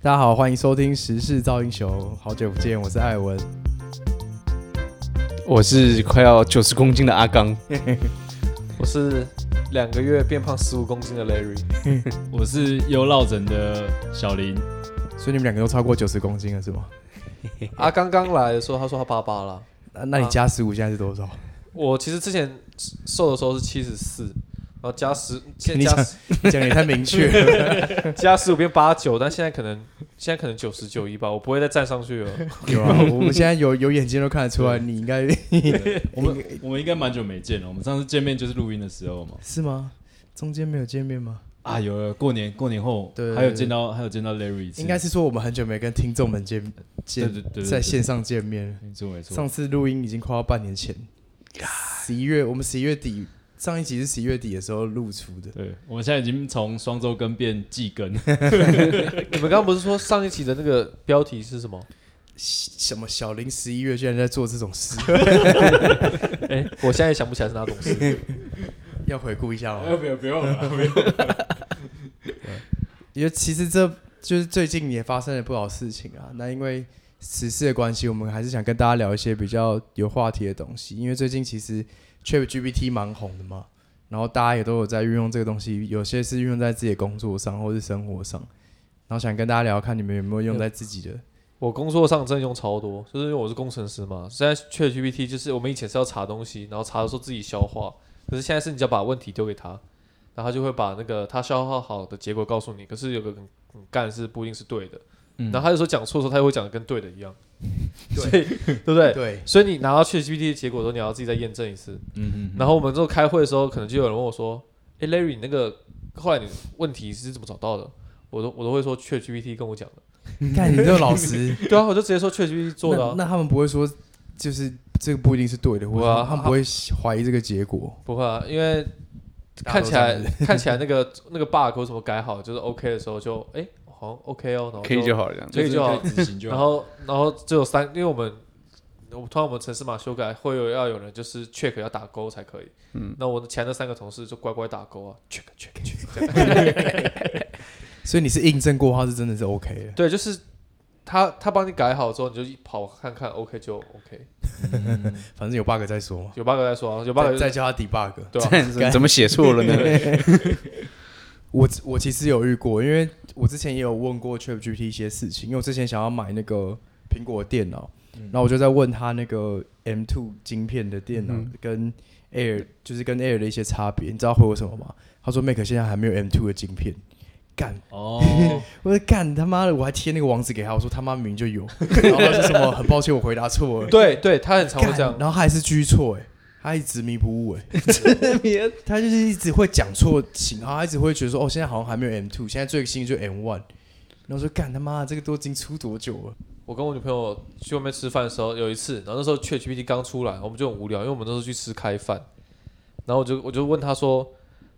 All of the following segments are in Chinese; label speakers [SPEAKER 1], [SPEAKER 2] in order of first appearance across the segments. [SPEAKER 1] 大家好，欢迎收听《时事造英雄》，好久不见，我是艾文。
[SPEAKER 2] 我是快要九十公斤的阿刚，
[SPEAKER 3] 我是两个月变胖十五公斤的 Larry，
[SPEAKER 4] 我是有落枕的小林，
[SPEAKER 1] 所以你们两个都超过九十公斤了是吗？
[SPEAKER 3] 啊，刚刚来的时候他说他八八啦，
[SPEAKER 1] 那那你加十五现在是多少？
[SPEAKER 3] 我其实之前瘦的时候是七十四，然后加十，现
[SPEAKER 1] 你
[SPEAKER 3] 在
[SPEAKER 1] 讲你讲的也太明确 了。
[SPEAKER 3] 加加十五变八九，但现在可能现在可能九十九一吧，我不会再站上去了。
[SPEAKER 1] 有啊，我们现在有有眼睛都看得出来，你应该
[SPEAKER 4] 我们 我们应该蛮久没见了，我们上次见面就是录音的时候嘛。
[SPEAKER 1] 是吗？中间没有见面吗？
[SPEAKER 4] 啊，有有过年过年后，
[SPEAKER 1] 对
[SPEAKER 4] 还有见到还有见到 Larry，一次
[SPEAKER 1] 应该是说我们很久没跟听众们见
[SPEAKER 4] 对
[SPEAKER 1] 见
[SPEAKER 4] 对对对，对
[SPEAKER 1] 在线上见面了。
[SPEAKER 4] 没错没错
[SPEAKER 1] 上，次录音已经快要半年前，十一月我们十一月底上一集是十一月底的时候露出的。
[SPEAKER 4] 对，我们现在已经从双周更变季 更，
[SPEAKER 3] 你们刚刚不是说上一期的那个标题是什么？
[SPEAKER 1] 什么小林十一月居然在做这种 事，
[SPEAKER 3] 哎，我现在也想不起来是哪种事。
[SPEAKER 1] 要回顾一下
[SPEAKER 3] 哎
[SPEAKER 1] 哦。
[SPEAKER 4] 不用不用了，
[SPEAKER 1] 因为其实这就是最近也发生了不少事情啊。那因为时事的关系，我们还是想跟大家聊一些比较有话题的东西。因为最近其实 ChatGPT 蛮红的嘛，然后大家也都有在运用这个东西，有些是运用在自己的工作上或是生活上。然后想跟大家聊，看你们有没有用在自己的。
[SPEAKER 3] 我工作上真的用超多，就是因为我是工程师嘛。现在 ChatGPT 就是我们以前是要查东西，然后查的时候自己消化，可是现在是你只要把问题丢给他，然后他就会把那个他消化好的结果告诉你。可是有个很很干是不一定是对的，然后他有时候讲错的时候，他又会讲的跟对的一样，所以对不对？
[SPEAKER 1] 对，
[SPEAKER 3] 所以你拿到 ChatGPT 的结果的时候，你要自己再验证一次。
[SPEAKER 4] 嗯嗯，
[SPEAKER 3] 然后我们之后开会的时候，可能就有人问我说：“哎、l a r r y 你那个后来你问题是怎么找到的？”我都我都会说 ChatGPT 跟我讲的。
[SPEAKER 1] 看你这个老 师
[SPEAKER 3] 对啊，我就直接说 ChatGPT 做的、啊
[SPEAKER 1] 那，那他们不会说就是这个不一定是对的，或者
[SPEAKER 3] 不会啊
[SPEAKER 1] 他们不会怀疑这个结果。
[SPEAKER 3] 不会啊，因为
[SPEAKER 1] 大家
[SPEAKER 3] 看
[SPEAKER 1] 都
[SPEAKER 3] 起
[SPEAKER 1] 这样
[SPEAKER 3] 来看起来那个那个 bug 有什么改好，就是 OK 的时候就哎、好像 OK 哦，然后
[SPEAKER 2] 可以就好了这样。
[SPEAKER 3] 所以就好
[SPEAKER 4] 是可以执行就
[SPEAKER 3] 然
[SPEAKER 4] 好，
[SPEAKER 3] 后然后只有三，因为我们我突然我们城市码修改会有要有人就是 check 要打勾才可以。嗯，那我的前那三个同事就乖乖打勾啊，check check check 这样。
[SPEAKER 1] 所以你是印证过他是真的是 OK 的。
[SPEAKER 3] 对，就是他他帮你改好之后，你就一跑看看 OK 就 OK，
[SPEAKER 4] 嗯
[SPEAKER 3] 嗯
[SPEAKER 1] 反正有 bug 再说嘛，
[SPEAKER 3] 有 bug 再说啊，有 bug
[SPEAKER 1] 再
[SPEAKER 3] 就
[SPEAKER 1] 再叫他 debug。
[SPEAKER 3] 对吧、
[SPEAKER 1] 干
[SPEAKER 2] 怎么写错 了呢？
[SPEAKER 1] 我我其实有遇过，因为我之前也有问过 ChatGPT 一些事情，因为我之前想要买那个苹果电脑，然后我就在问他那个 M2 晶片的电脑跟 Air 就是跟 Air 的一些差别，你知道回我什么吗？他说 Mac 现在还没有 M2 的晶片。干！
[SPEAKER 4] 哦，
[SPEAKER 1] 我说干他妈的！我还贴那个网址给他，我说他妈明明就有。 然后他说什么？很抱歉，我回答错了。
[SPEAKER 3] 对对，他很常会
[SPEAKER 1] 干
[SPEAKER 3] 这样，
[SPEAKER 1] 然后他还是继续错哎、他一直迷不悟 哎、他就是一直会讲错型号，他一直会觉得说哦，现在好像还没有 M two，现在最新就 M one。然后说干他妈的，这个都已经出多久了？
[SPEAKER 3] 我跟我女朋友去外面吃饭的时候，有一次，然后那时候 ChatGPT 刚出来，我们就很无聊，因为我们那时候去吃开饭，然后我就我就问他说，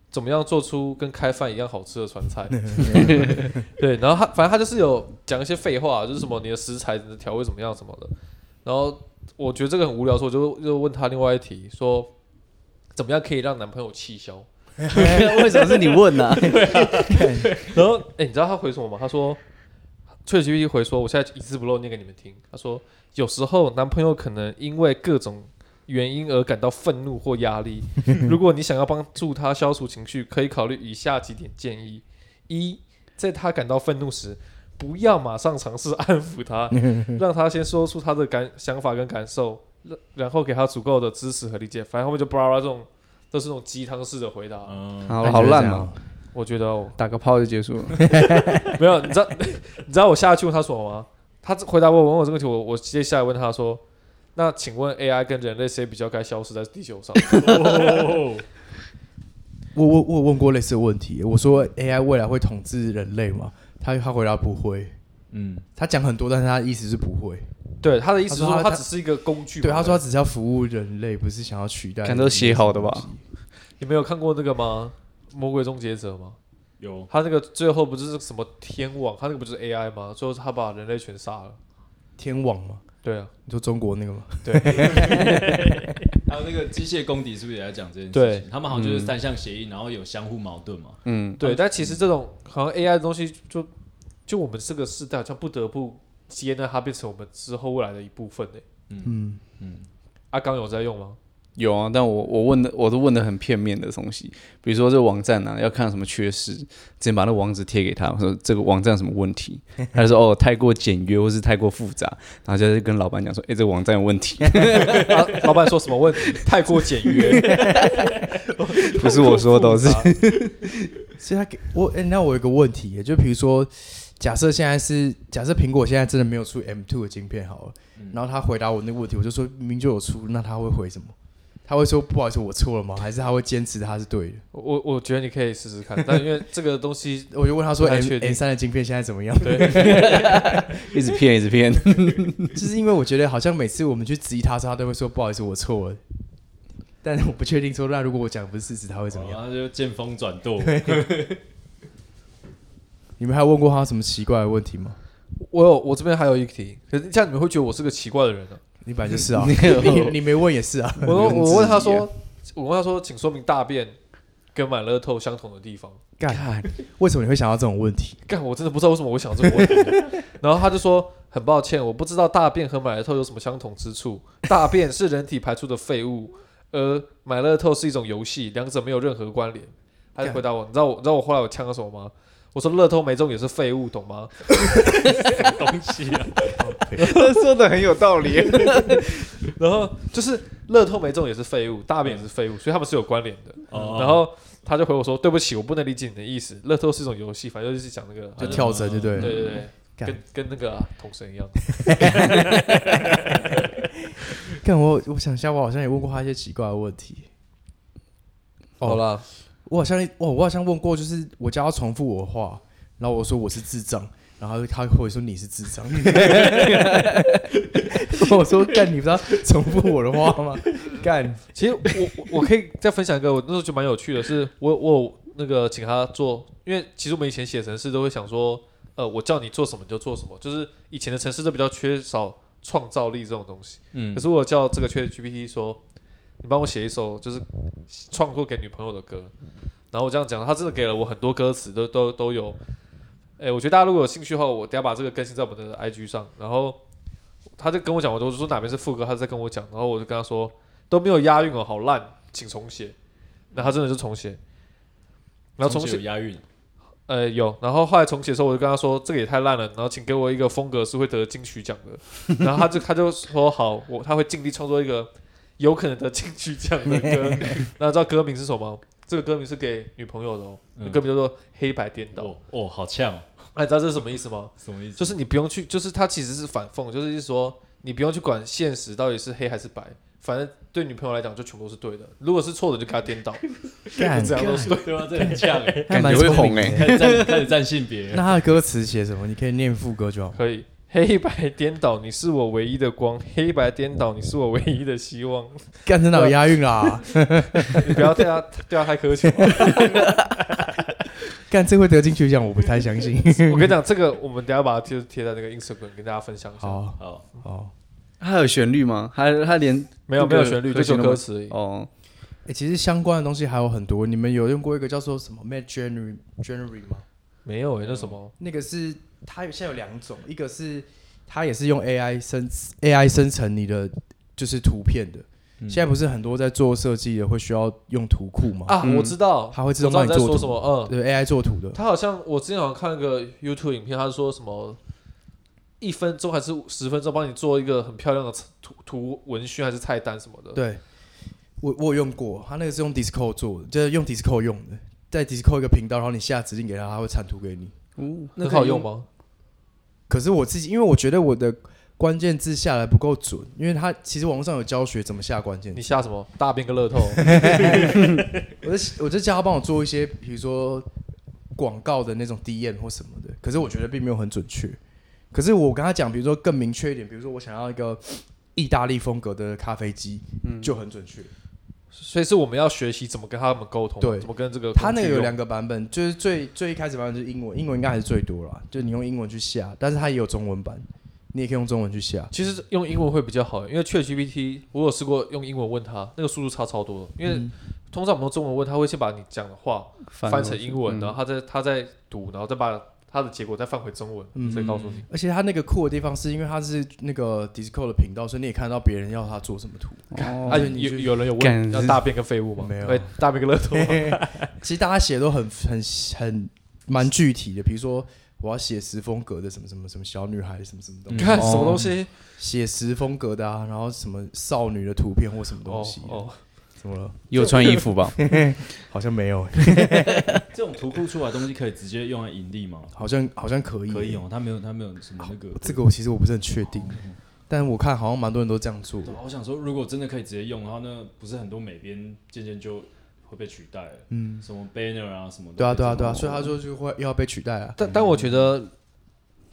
[SPEAKER 3] 怎么样做出跟开饭一样好吃的川菜？ 对，然后他反正他就是有讲一些废话，就是什么你的食材、你的调味怎么样什么的。然后我觉得这个很无聊，所以我就又问他另外一题，说怎么样可以让男朋友气消？
[SPEAKER 2] 为什么是你问呢？
[SPEAKER 3] 然后，哎、你知道他回什么吗？他说，ChatGPT 回说，我现在一字不漏念给你们听。他说，有时候男朋友可能因为各种原因而感到愤怒或压 力。如果你想要帮助他消除情绪，可以考虑以下几点建议：一，在他感到愤怒时，不要马上尝试安抚 他，让他先说出他的感想法跟感受，然然后给他足够的支持和理解。反正后面就巴拉巴拉这种，都是那种鸡汤式的回答。
[SPEAKER 4] 嗯，
[SPEAKER 2] 好好烂啊
[SPEAKER 1] 嘛
[SPEAKER 2] 嘛，！
[SPEAKER 3] 我觉得、哦。
[SPEAKER 2] 打个炮就结束 了。
[SPEAKER 3] 没有，你知道你知道我下去问他什么吗？他回答我问我这个问题，我我接下来问他说：“那请问 AI 跟人类谁比较该消失在地球上
[SPEAKER 4] 哦
[SPEAKER 1] 我我我有问过类似的问题，我说 AI 未来会统治人类吗？他他回答不会，
[SPEAKER 4] 嗯，
[SPEAKER 1] 他讲很多，但是他的意思是不会。？”
[SPEAKER 3] 对，他的意思是
[SPEAKER 1] 他
[SPEAKER 3] 说
[SPEAKER 1] 说他
[SPEAKER 3] 他只是一个工具嘛。
[SPEAKER 1] 对，他说他只是要服务人类，不是想要取代人类。
[SPEAKER 2] 看都写好的吧
[SPEAKER 3] 你没有看过那个吗？《魔鬼终结者》吗？
[SPEAKER 4] 有
[SPEAKER 3] 他那个最后不是什么天网，他那个不就是 AI 吗？最后他把人类全杀了。
[SPEAKER 1] 天网嘛，
[SPEAKER 3] 对 啊，
[SPEAKER 1] 你说中国那个吗？
[SPEAKER 4] 还有那个机械公敌是不是也在讲这件事情？
[SPEAKER 3] 哎对嗯
[SPEAKER 4] 他们好像就是三项协议，然后有相互矛盾嘛，
[SPEAKER 2] 嗯，
[SPEAKER 3] 对，但其实这种好像 AI 的东西就就我们这个世代好像不得不接纳它变成我们之后未来的一部分呢、
[SPEAKER 1] 嗯，
[SPEAKER 4] 嗯，
[SPEAKER 3] 阿刚有在用吗？
[SPEAKER 2] 有啊，但我我问的我都问的很片面的东西，比如说这网站啊，要看什么缺失，直接把那网址贴给他，我说这个网站有什么问题， 他就说哦太过简约或是太过复杂，然后就跟老板讲说，哎、这个网站有问 题，
[SPEAKER 3] 啊、 老板说什么问题？太过简 约，
[SPEAKER 2] 不是我说的哦，是
[SPEAKER 1] 所以他给我，哎、那我有一个问题耶，就比如说，假设现在是假设苹果现在真的没有出 M two 的晶片好了，
[SPEAKER 3] 嗯
[SPEAKER 1] 然后他回答我那个问题，我就说明明就有出，那他会回什么？他会说不好意思，我错了吗？还是他会坚持他是对的？
[SPEAKER 3] 我我我觉得你可以试试看，但因为这个东西，
[SPEAKER 1] 我就问他说
[SPEAKER 3] 不太
[SPEAKER 1] M
[SPEAKER 3] 确定
[SPEAKER 1] M 三的晶片现在怎么样？
[SPEAKER 3] 对，
[SPEAKER 2] 一直骗一直 骗，
[SPEAKER 1] 就是因为我觉得好像每次我们去质疑他的时候，他都会说不好意思，我错了。但是我不确定说，那如果我讲不是事实，他会怎么样？
[SPEAKER 4] 然后哦就见风转舵，
[SPEAKER 1] 你们还有问过他什么奇怪的问题吗？
[SPEAKER 3] 我有我这边还有一题，可是这样你们会觉得我是个奇怪的人啊。
[SPEAKER 1] 你本来就是 啊，
[SPEAKER 2] 没有
[SPEAKER 1] 你你没问也是啊。
[SPEAKER 3] 我
[SPEAKER 2] 很有
[SPEAKER 3] 我问他
[SPEAKER 2] 自己啊
[SPEAKER 3] 说，我问他说，请说明大便跟买乐透相同的地方。
[SPEAKER 1] 干， 为什么你会想到这种问题？
[SPEAKER 3] 干，我真的不知道为什么我会想到这个问题。然后他就说，很抱歉，我不知道大便和买乐透有什么相同之处。大便是人体排出的废物，而买乐透是一种游戏，两者没有任何关联。他就回答我，你知道我，你知道我后来我呛他什么吗？我说乐透没中也是废物，懂吗？
[SPEAKER 4] 东西啊，
[SPEAKER 2] 说的很有道 理，
[SPEAKER 3] 然后就是乐透没中也是废物，大便也是废物，所以他们是有关联的。
[SPEAKER 4] 哦
[SPEAKER 3] 然后他就回我说：“对不起，我不能理解你的意思。乐透是一种游戏，反正就是讲那个，
[SPEAKER 1] 就跳绳，就对
[SPEAKER 3] 对
[SPEAKER 1] 了。
[SPEAKER 3] 对对，
[SPEAKER 1] 干
[SPEAKER 3] 跟跟那个啊童神一样。
[SPEAKER 1] 干我，我想一下，我好像也问过他一些奇怪的问题。哦
[SPEAKER 3] 好啦，
[SPEAKER 1] 我好像，哇，我好像问过，就是我叫他重复我的话，然后我说我是智障，然后他会说你是智障。 我说干，你不知道重复我的话吗？干，
[SPEAKER 3] 其实我我我可以再分享一个，我那时候就蛮有趣的是，我我有那个请他做，因为其实我们以前写程式都会想说，呃，我叫你做什么你就做什么，就是以前的程式都比较缺少创造力这种东西。
[SPEAKER 4] 嗯
[SPEAKER 3] 可，是我叫这个 Chat GPT 说，你帮我写一首就是创作给女朋友的歌，然后我这样讲，他真的给了我很多歌词，都都都有。哎，我觉得大家如果有兴趣的话，我等一下把这个更新在我们的 IG 上。然后他就跟我讲，我就说哪边是副歌，他就在跟我讲，然后我就跟他说都没有押韵哦，好烂，请重写。那他真的是重写，然后重
[SPEAKER 4] 中
[SPEAKER 3] 写
[SPEAKER 4] 间有押韵，
[SPEAKER 3] 呃，有，然后后来重写的时候，我就跟他说这个也太烂了，然后请给我一个风格是会得金曲奖的。然后他就他就说好，我他会尽力创作一个有可能得金曲奖的歌。那知道歌名是什么吗？这个歌名是给女朋友的哦，
[SPEAKER 4] 嗯
[SPEAKER 3] 歌名叫做《黑白颠倒》。
[SPEAKER 4] 哦哦，好呛哦，
[SPEAKER 3] 哎，你知道这是什么意思吗？
[SPEAKER 4] 什么意思？
[SPEAKER 3] 就是你不用去，就是他其实是反讽，就是意思说你不用去管现实到底是黑还是白，反正对女朋友来讲就全部都是对的，如果是错的就给他颠倒，
[SPEAKER 1] 干，
[SPEAKER 3] 这样都是对的。
[SPEAKER 4] 对啊，这很 呛哎，
[SPEAKER 1] 还
[SPEAKER 2] 感
[SPEAKER 1] 蛮
[SPEAKER 2] 觉会
[SPEAKER 1] 聪明
[SPEAKER 2] 红
[SPEAKER 1] 的
[SPEAKER 2] 哎、
[SPEAKER 4] 开始占开始占性别
[SPEAKER 1] 那
[SPEAKER 4] 了，
[SPEAKER 1] 他的歌词写什么？你可以念副歌就好。
[SPEAKER 3] 可以，黑白颠倒，你是我唯一的光；黑白颠倒，你是我唯一的希望。
[SPEAKER 1] 干，真的有押韵啊啦！
[SPEAKER 3] 你不要对他对他太苛求。
[SPEAKER 1] 干，这会得金曲奖，我不太相 信。
[SPEAKER 3] 我跟你讲，这个我们等一下把它贴贴在那个 Instagram 跟大家分享一下。
[SPEAKER 1] 好
[SPEAKER 4] 好，
[SPEAKER 1] 好，
[SPEAKER 2] 他有旋律吗？他他连
[SPEAKER 3] 没有
[SPEAKER 2] 这
[SPEAKER 3] 没
[SPEAKER 2] 个
[SPEAKER 3] 有旋律，
[SPEAKER 2] 和
[SPEAKER 3] 就
[SPEAKER 2] 弦
[SPEAKER 3] 有
[SPEAKER 2] 都没有
[SPEAKER 3] 歌词而已。
[SPEAKER 2] 哦，
[SPEAKER 1] 哎，其实相关的东西还有很多。你们有用过一个叫做什么 Mad January January 吗？
[SPEAKER 3] 没有欸诶，那什么，
[SPEAKER 1] 那个是它现在有两种，一个是它也是用 AI 生 AI 生成你的就是图片的。
[SPEAKER 4] 嗯
[SPEAKER 1] 现在不是很多在做设计的会需要用图库吗？
[SPEAKER 3] 啊，
[SPEAKER 2] 嗯
[SPEAKER 3] 我知道，
[SPEAKER 1] 它会自动
[SPEAKER 3] 我知道你在
[SPEAKER 1] 帮你做
[SPEAKER 3] 说什么。嗯，
[SPEAKER 1] 对 AI 做图的，
[SPEAKER 3] 他好像我之前好像看了个 YouTube 影片，他说什么一分钟还是十分钟帮你做一个很漂亮的图图文宣还是菜单什么的。
[SPEAKER 1] 对我我有用过，它那个是用 Discord 做的，就是用 Discord 用的，在 Discord 一个频道，然后你下指令给它，它会产图给你。
[SPEAKER 2] 哦
[SPEAKER 3] 很好用吗？
[SPEAKER 1] 可是我自己，因为我觉得我的关键字下来不够准，因为它其实网络上有教学怎么下关键字
[SPEAKER 3] 你。下什么大便跟乐透？
[SPEAKER 1] 我就我就叫他帮我做一些，比如说广告的那种 DM 或什么的，可是我觉得并没有很准确。可是我跟他讲，比如说更明确一点，比如说我想要一个意大利风格的咖啡机，就很准确。
[SPEAKER 3] 嗯所以是我们要学习怎么跟他们沟通，
[SPEAKER 1] 对
[SPEAKER 3] 怎么跟这个
[SPEAKER 1] 他那个
[SPEAKER 3] 工具
[SPEAKER 1] 有
[SPEAKER 3] 用
[SPEAKER 1] 两个版本，就是最最一开始版本就是英文，英文应该还是最多啦，就你用英文去下，但是它也有中文版，你也可以用中文去下。
[SPEAKER 3] 其实用英文会比较好，因为 ChatGPT 我有试过用英文问他，那个速度差超多的。因
[SPEAKER 1] 嗯
[SPEAKER 3] 为通常我们用中文问他会先把你讲的话
[SPEAKER 2] 翻
[SPEAKER 3] 翻成英文，
[SPEAKER 2] 嗯
[SPEAKER 3] 然后他再他再读，然后再把它的结果再放回中文，
[SPEAKER 1] 嗯
[SPEAKER 3] 所以告诉你。
[SPEAKER 1] 而且它那个酷的地方是因为它是那个 Discord 的频道，所以你也看到别人要他做什么图。
[SPEAKER 2] 哦
[SPEAKER 3] 啊，
[SPEAKER 1] 对嗯你
[SPEAKER 3] 有
[SPEAKER 1] 就
[SPEAKER 3] 有人有问
[SPEAKER 2] 干
[SPEAKER 3] 要大便跟废物吗？
[SPEAKER 1] 没有
[SPEAKER 3] 会大便跟乐 透吗。
[SPEAKER 1] 其实大家写得都很很很蛮具体的，比如说我要写实风格的什么什么什么小女孩什么什么东
[SPEAKER 3] 你
[SPEAKER 1] 西，
[SPEAKER 3] 看什么东西？
[SPEAKER 1] 写实风格的啊，然后什么少女的图片或什么东
[SPEAKER 3] 哦
[SPEAKER 1] 西，
[SPEAKER 3] 哦，
[SPEAKER 1] 怎么了？
[SPEAKER 2] 有穿衣服吧？
[SPEAKER 1] 好像没有欸，
[SPEAKER 4] 这种图库出来的东西可以直接用来盈利吗？
[SPEAKER 1] 好像好像可以，
[SPEAKER 4] 可以。哦，它没有它没有什么那个。
[SPEAKER 1] 这个我其实我不是很确定，但我看好像蛮多人都这样做。
[SPEAKER 4] 对啊我想说，如果真的可以直接用的话，那不是很多美编渐渐就会被取代了？
[SPEAKER 1] 嗯，
[SPEAKER 4] 什么 banner 啊什么的。
[SPEAKER 1] 对啊，对啊，对啊，所以他说就会要被取代啊。
[SPEAKER 3] 但但我觉得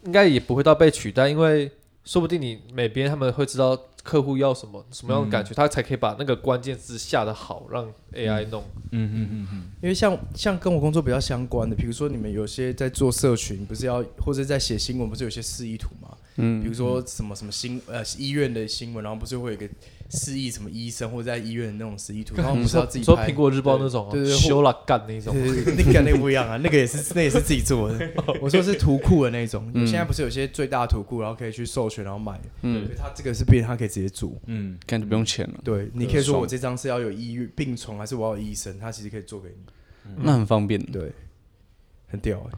[SPEAKER 3] 应该也不会到被取代，因为说不定你每边他们会知道客户要什么什么样的感觉，他才可以把那个关键字下的好，让 AI 弄。
[SPEAKER 4] 嗯 嗯嗯嗯，
[SPEAKER 1] 因为像像跟我工作比较相关的，比如说你们有些在做社群，不是要或者在写新闻，不是有些示意图嘛？比
[SPEAKER 2] 嗯
[SPEAKER 1] 如，说什么什么新呃医院的新闻，然后不是会有一个示意什么医生或者在医院的那种示
[SPEAKER 2] 嗯
[SPEAKER 1] 意图，然后哦不是要自己
[SPEAKER 3] 说
[SPEAKER 1] 拍
[SPEAKER 3] 苹。果日报那种哦
[SPEAKER 1] 对对对
[SPEAKER 3] 修了干那种，
[SPEAKER 1] 对对对 那个那个不一样啊，那个也是那也是自己做 的。我说是图库的那种，
[SPEAKER 2] 嗯
[SPEAKER 1] 现在不是有些最大的图库，然后可以去授权，然后买。
[SPEAKER 2] 嗯
[SPEAKER 1] 所以他这个是变，他可以直接做。
[SPEAKER 4] 嗯，
[SPEAKER 2] 感觉不用钱了，
[SPEAKER 1] 对，你可以说
[SPEAKER 2] 爽
[SPEAKER 1] 我这张是要有医院病床，还是我要有医生？他其实可以做给你。
[SPEAKER 2] 那很 方便。
[SPEAKER 1] 对，很屌、欸。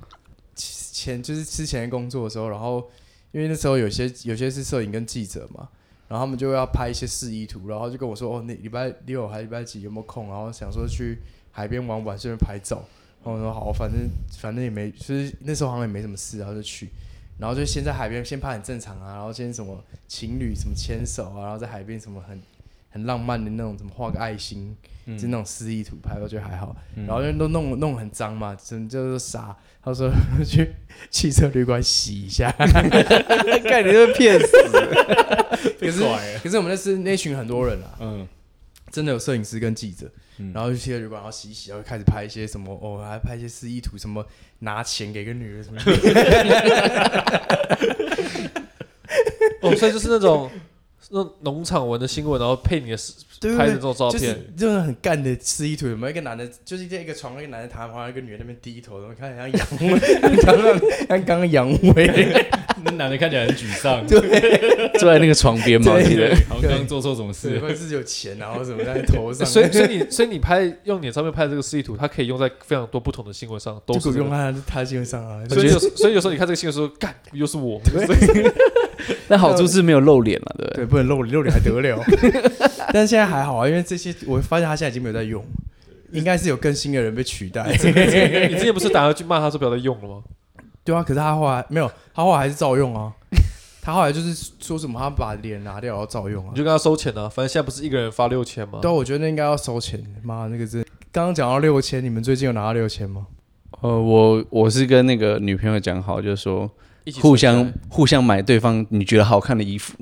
[SPEAKER 1] 前就是之前工作的时候，然后因为那时候有些有些是摄影跟记者嘛，然后他们就要拍一些示意图，然后就跟我说：“哦，你礼拜六还礼拜几有没有空？”然后想说去海边玩玩，顺便拍照。然后我说：“好，反正反正也没，就是那时候好像也没什么事，然后就去。”然后就先在海边先拍很正常啊，然后先什么情侣什么牵手啊，然后在海边什么很很浪漫的那种，什么画个爱心，就是那种示意图拍，我觉得还好。
[SPEAKER 3] 嗯
[SPEAKER 1] 然后就都弄弄很脏嘛，真就是傻。他说 去汽车旅馆洗一 下，看你这骗死。可是可是我们那是那群很多人啊，
[SPEAKER 4] 嗯，
[SPEAKER 1] 真的有摄影师跟记者，
[SPEAKER 4] 嗯
[SPEAKER 1] 然后去汽车旅馆，然后洗一洗，然后就开始拍一些什么，哦，还拍一些示意图，什么拿钱给个女人什么 的，
[SPEAKER 3] 哦，所以就是那种那种农场文的新闻，然后配你的视
[SPEAKER 1] 对
[SPEAKER 3] 拍的
[SPEAKER 1] 对
[SPEAKER 3] 这种照
[SPEAKER 1] 就
[SPEAKER 3] 片，
[SPEAKER 1] 是就是很干的示意图，有没有一个男的，就是在一个床，一个男的躺在旁边，一个女的那边低头，然后看起来像阳痿， 像像像刚刚阳痿，
[SPEAKER 4] 那男的看起来很沮 丧，
[SPEAKER 2] 坐在那个床边嘛，我
[SPEAKER 1] 对
[SPEAKER 2] 记得。
[SPEAKER 4] 好像刚刚做错什么
[SPEAKER 1] 是
[SPEAKER 4] 事。
[SPEAKER 1] 或者是有钱，然后什么在头上，
[SPEAKER 3] 所以，所以你，所以你拍用你的照片拍这个示意图，它可以用在非常多不同的新闻上，都
[SPEAKER 1] 就是用
[SPEAKER 3] 它。
[SPEAKER 1] 他他基本上啊，
[SPEAKER 3] 所以
[SPEAKER 1] 就
[SPEAKER 3] 有，
[SPEAKER 1] 是
[SPEAKER 3] 所以有时候你看这个新闻说，干，又是我，
[SPEAKER 2] 但好处是没有露脸了，对不
[SPEAKER 1] 对不能露脸，露脸还得了？ 但现在还好啊，因为这些我发现他现在已经没有在用，应该是有更新的人被取代。
[SPEAKER 3] 你之前不是打算去骂他说不要再用了吗？
[SPEAKER 1] 对啊，可是他后来没有，他后来还是照用啊。他后来就是说什么他把脸拿掉然后照用啊
[SPEAKER 3] 你。就跟他收钱啊，反正现在不是一个人发六千吗？
[SPEAKER 1] 对啊，我觉得那应该要收钱。妈，那个真的，刚刚讲到六千，你们最近有拿到六千吗？
[SPEAKER 2] 呃，我我是跟那个女朋友讲好，就是说
[SPEAKER 3] 一起
[SPEAKER 2] 互
[SPEAKER 3] 存起来
[SPEAKER 2] 相互相买对方你觉得好看的衣服，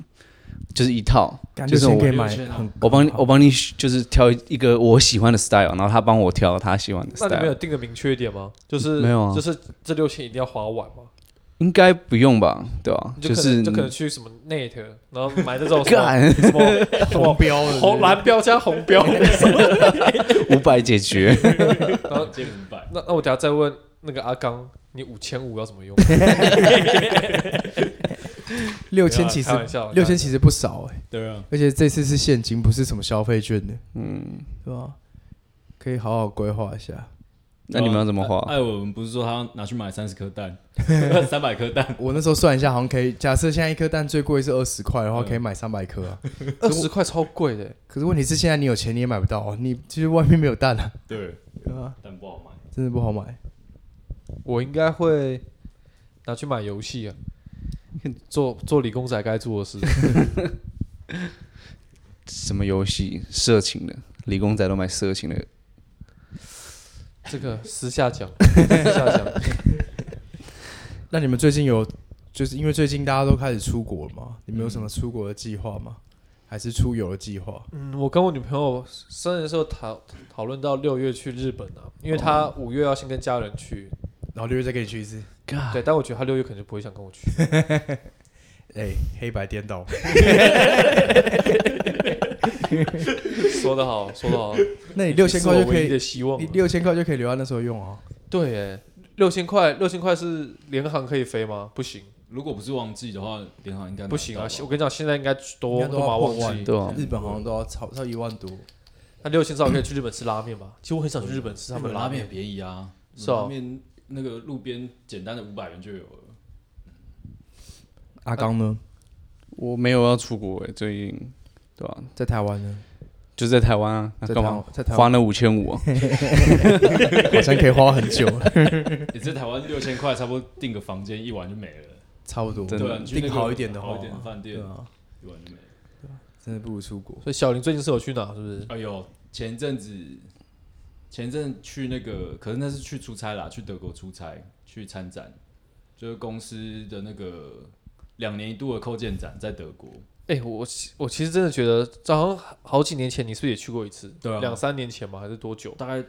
[SPEAKER 2] 就是一套，
[SPEAKER 1] 感
[SPEAKER 2] 就
[SPEAKER 1] 觉
[SPEAKER 2] 是
[SPEAKER 1] 钱可以
[SPEAKER 2] 我
[SPEAKER 1] 买
[SPEAKER 4] 6000啊
[SPEAKER 1] 很，
[SPEAKER 2] 我帮你我帮你就是挑一个我喜欢的 style，然后他帮我挑他喜欢的
[SPEAKER 3] 那你们有
[SPEAKER 2] style，
[SPEAKER 3] 定的明确一点吗？就是
[SPEAKER 2] 没有啊
[SPEAKER 3] 就是这六千一定要花完吗？
[SPEAKER 2] 应该不用吧？对吧？
[SPEAKER 3] 你就可能
[SPEAKER 2] 是
[SPEAKER 3] 就可能去什么 Net，然后买那 种什么
[SPEAKER 2] 干
[SPEAKER 3] 什么
[SPEAKER 1] 红标的
[SPEAKER 3] 红蓝标加红标，
[SPEAKER 2] 五百解决，
[SPEAKER 3] 然后
[SPEAKER 4] 借五百，
[SPEAKER 3] 那那我等下再问那个阿刚，你五千五要怎么用？
[SPEAKER 1] 六千其实
[SPEAKER 3] 没有啊开玩笑
[SPEAKER 1] 六千其实不少哎、
[SPEAKER 4] 对啊，
[SPEAKER 1] 而且这次是现金，不是什么消费券的，
[SPEAKER 2] 嗯，
[SPEAKER 1] 对吧？可以好好规划一下。
[SPEAKER 2] 那你们要怎么花？
[SPEAKER 4] 艾文哎不是说他要拿去买三十颗蛋， 三百颗蛋，
[SPEAKER 1] 我那时候算一下，好像可以，假设现在一颗蛋最贵是二十块的话，
[SPEAKER 4] 嗯
[SPEAKER 1] 可以买三百颗啊。
[SPEAKER 3] 二十块超贵的欸，
[SPEAKER 1] 可是问题是现在你有钱你也买不到啊，你就是外面没有蛋啊，
[SPEAKER 4] 对，
[SPEAKER 1] 对啊吧？
[SPEAKER 4] 蛋不好买。
[SPEAKER 1] 真的不好买。
[SPEAKER 3] 我应该会拿去买游戏啊，做做理工仔该做的事。
[SPEAKER 2] 什么游戏？色情的，理工仔都买色情的。
[SPEAKER 3] 这个私下讲，私下讲。
[SPEAKER 1] 那你们最近有，就是因为最近大家都开始出国了嘛，你们有什么出国的计划吗？还是出游的计划？
[SPEAKER 3] 嗯，我跟我女朋友生日的时候讨讨论到六月去日本啊，因为她五月要先跟家人去，
[SPEAKER 1] 然后六月再跟你去一次。
[SPEAKER 3] 对，但我觉得她六月可能就不会想跟我去。
[SPEAKER 1] 哎、黑白颠倒，
[SPEAKER 3] 说得好，说得好，
[SPEAKER 1] 那你六千块
[SPEAKER 3] 是
[SPEAKER 1] 就
[SPEAKER 3] 我
[SPEAKER 1] 可
[SPEAKER 3] 唯一
[SPEAKER 1] 以
[SPEAKER 3] 的，希望
[SPEAKER 1] 你
[SPEAKER 3] 了。
[SPEAKER 1] 六千块就可以留在那时候用啊。
[SPEAKER 3] 对，哎，六千块，六千块是联航可以飞吗？不行，
[SPEAKER 4] 如果不是旺季的话，联航应该拿
[SPEAKER 3] 不行啊！
[SPEAKER 4] 到吧
[SPEAKER 3] 我跟你讲，现在应该
[SPEAKER 1] 应
[SPEAKER 3] 都
[SPEAKER 1] 该
[SPEAKER 3] 都
[SPEAKER 1] 都要
[SPEAKER 3] 马
[SPEAKER 1] 破
[SPEAKER 3] 忘
[SPEAKER 1] 万
[SPEAKER 3] 记。
[SPEAKER 2] 对啊
[SPEAKER 1] 日本好像都要超超一万多，
[SPEAKER 3] 那六千至少可以去日本吃拉面吧？其实我很想去日本吃他
[SPEAKER 4] 日
[SPEAKER 3] 们
[SPEAKER 4] 本
[SPEAKER 3] 拉
[SPEAKER 4] 拉
[SPEAKER 3] 面
[SPEAKER 4] 面，便宜啊，
[SPEAKER 3] 是哦
[SPEAKER 4] 拉面那个路边简单的五百元就有了。
[SPEAKER 1] 阿刚呢，
[SPEAKER 2] 我没有要出国诶、最近对吧、
[SPEAKER 1] 在台湾呢，
[SPEAKER 2] 就在台湾啊，那
[SPEAKER 1] 在
[SPEAKER 2] 干
[SPEAKER 1] 台
[SPEAKER 2] 嘛
[SPEAKER 1] 湾在台
[SPEAKER 2] 花
[SPEAKER 1] 湾
[SPEAKER 2] 那五千五啊？
[SPEAKER 1] 好像可以花很久，
[SPEAKER 4] 你在台湾六千块，差不多订个房间一晚就没了。
[SPEAKER 1] 差不多，
[SPEAKER 2] 真的
[SPEAKER 4] 对啊，你去那
[SPEAKER 1] 订
[SPEAKER 4] 个
[SPEAKER 1] 好一点
[SPEAKER 3] 哦
[SPEAKER 1] 的
[SPEAKER 4] 好
[SPEAKER 1] 话
[SPEAKER 4] 一，点的饭店
[SPEAKER 1] 对，啊，
[SPEAKER 4] 一晚就没了。
[SPEAKER 1] 真的不如出国。
[SPEAKER 3] 所以小林最近是有去哪？是不是？
[SPEAKER 4] 哎呦，前阵子前阵去那个，可是那是去出差啦，去德国出差去参展，就是公司的那个两年一度的扣件展在德国。
[SPEAKER 3] 哎、我其我其实真的觉得，这好像好几年前你是不是也去过一次？
[SPEAKER 4] 对啊
[SPEAKER 3] 两三年前吧，还是多久？
[SPEAKER 4] 大概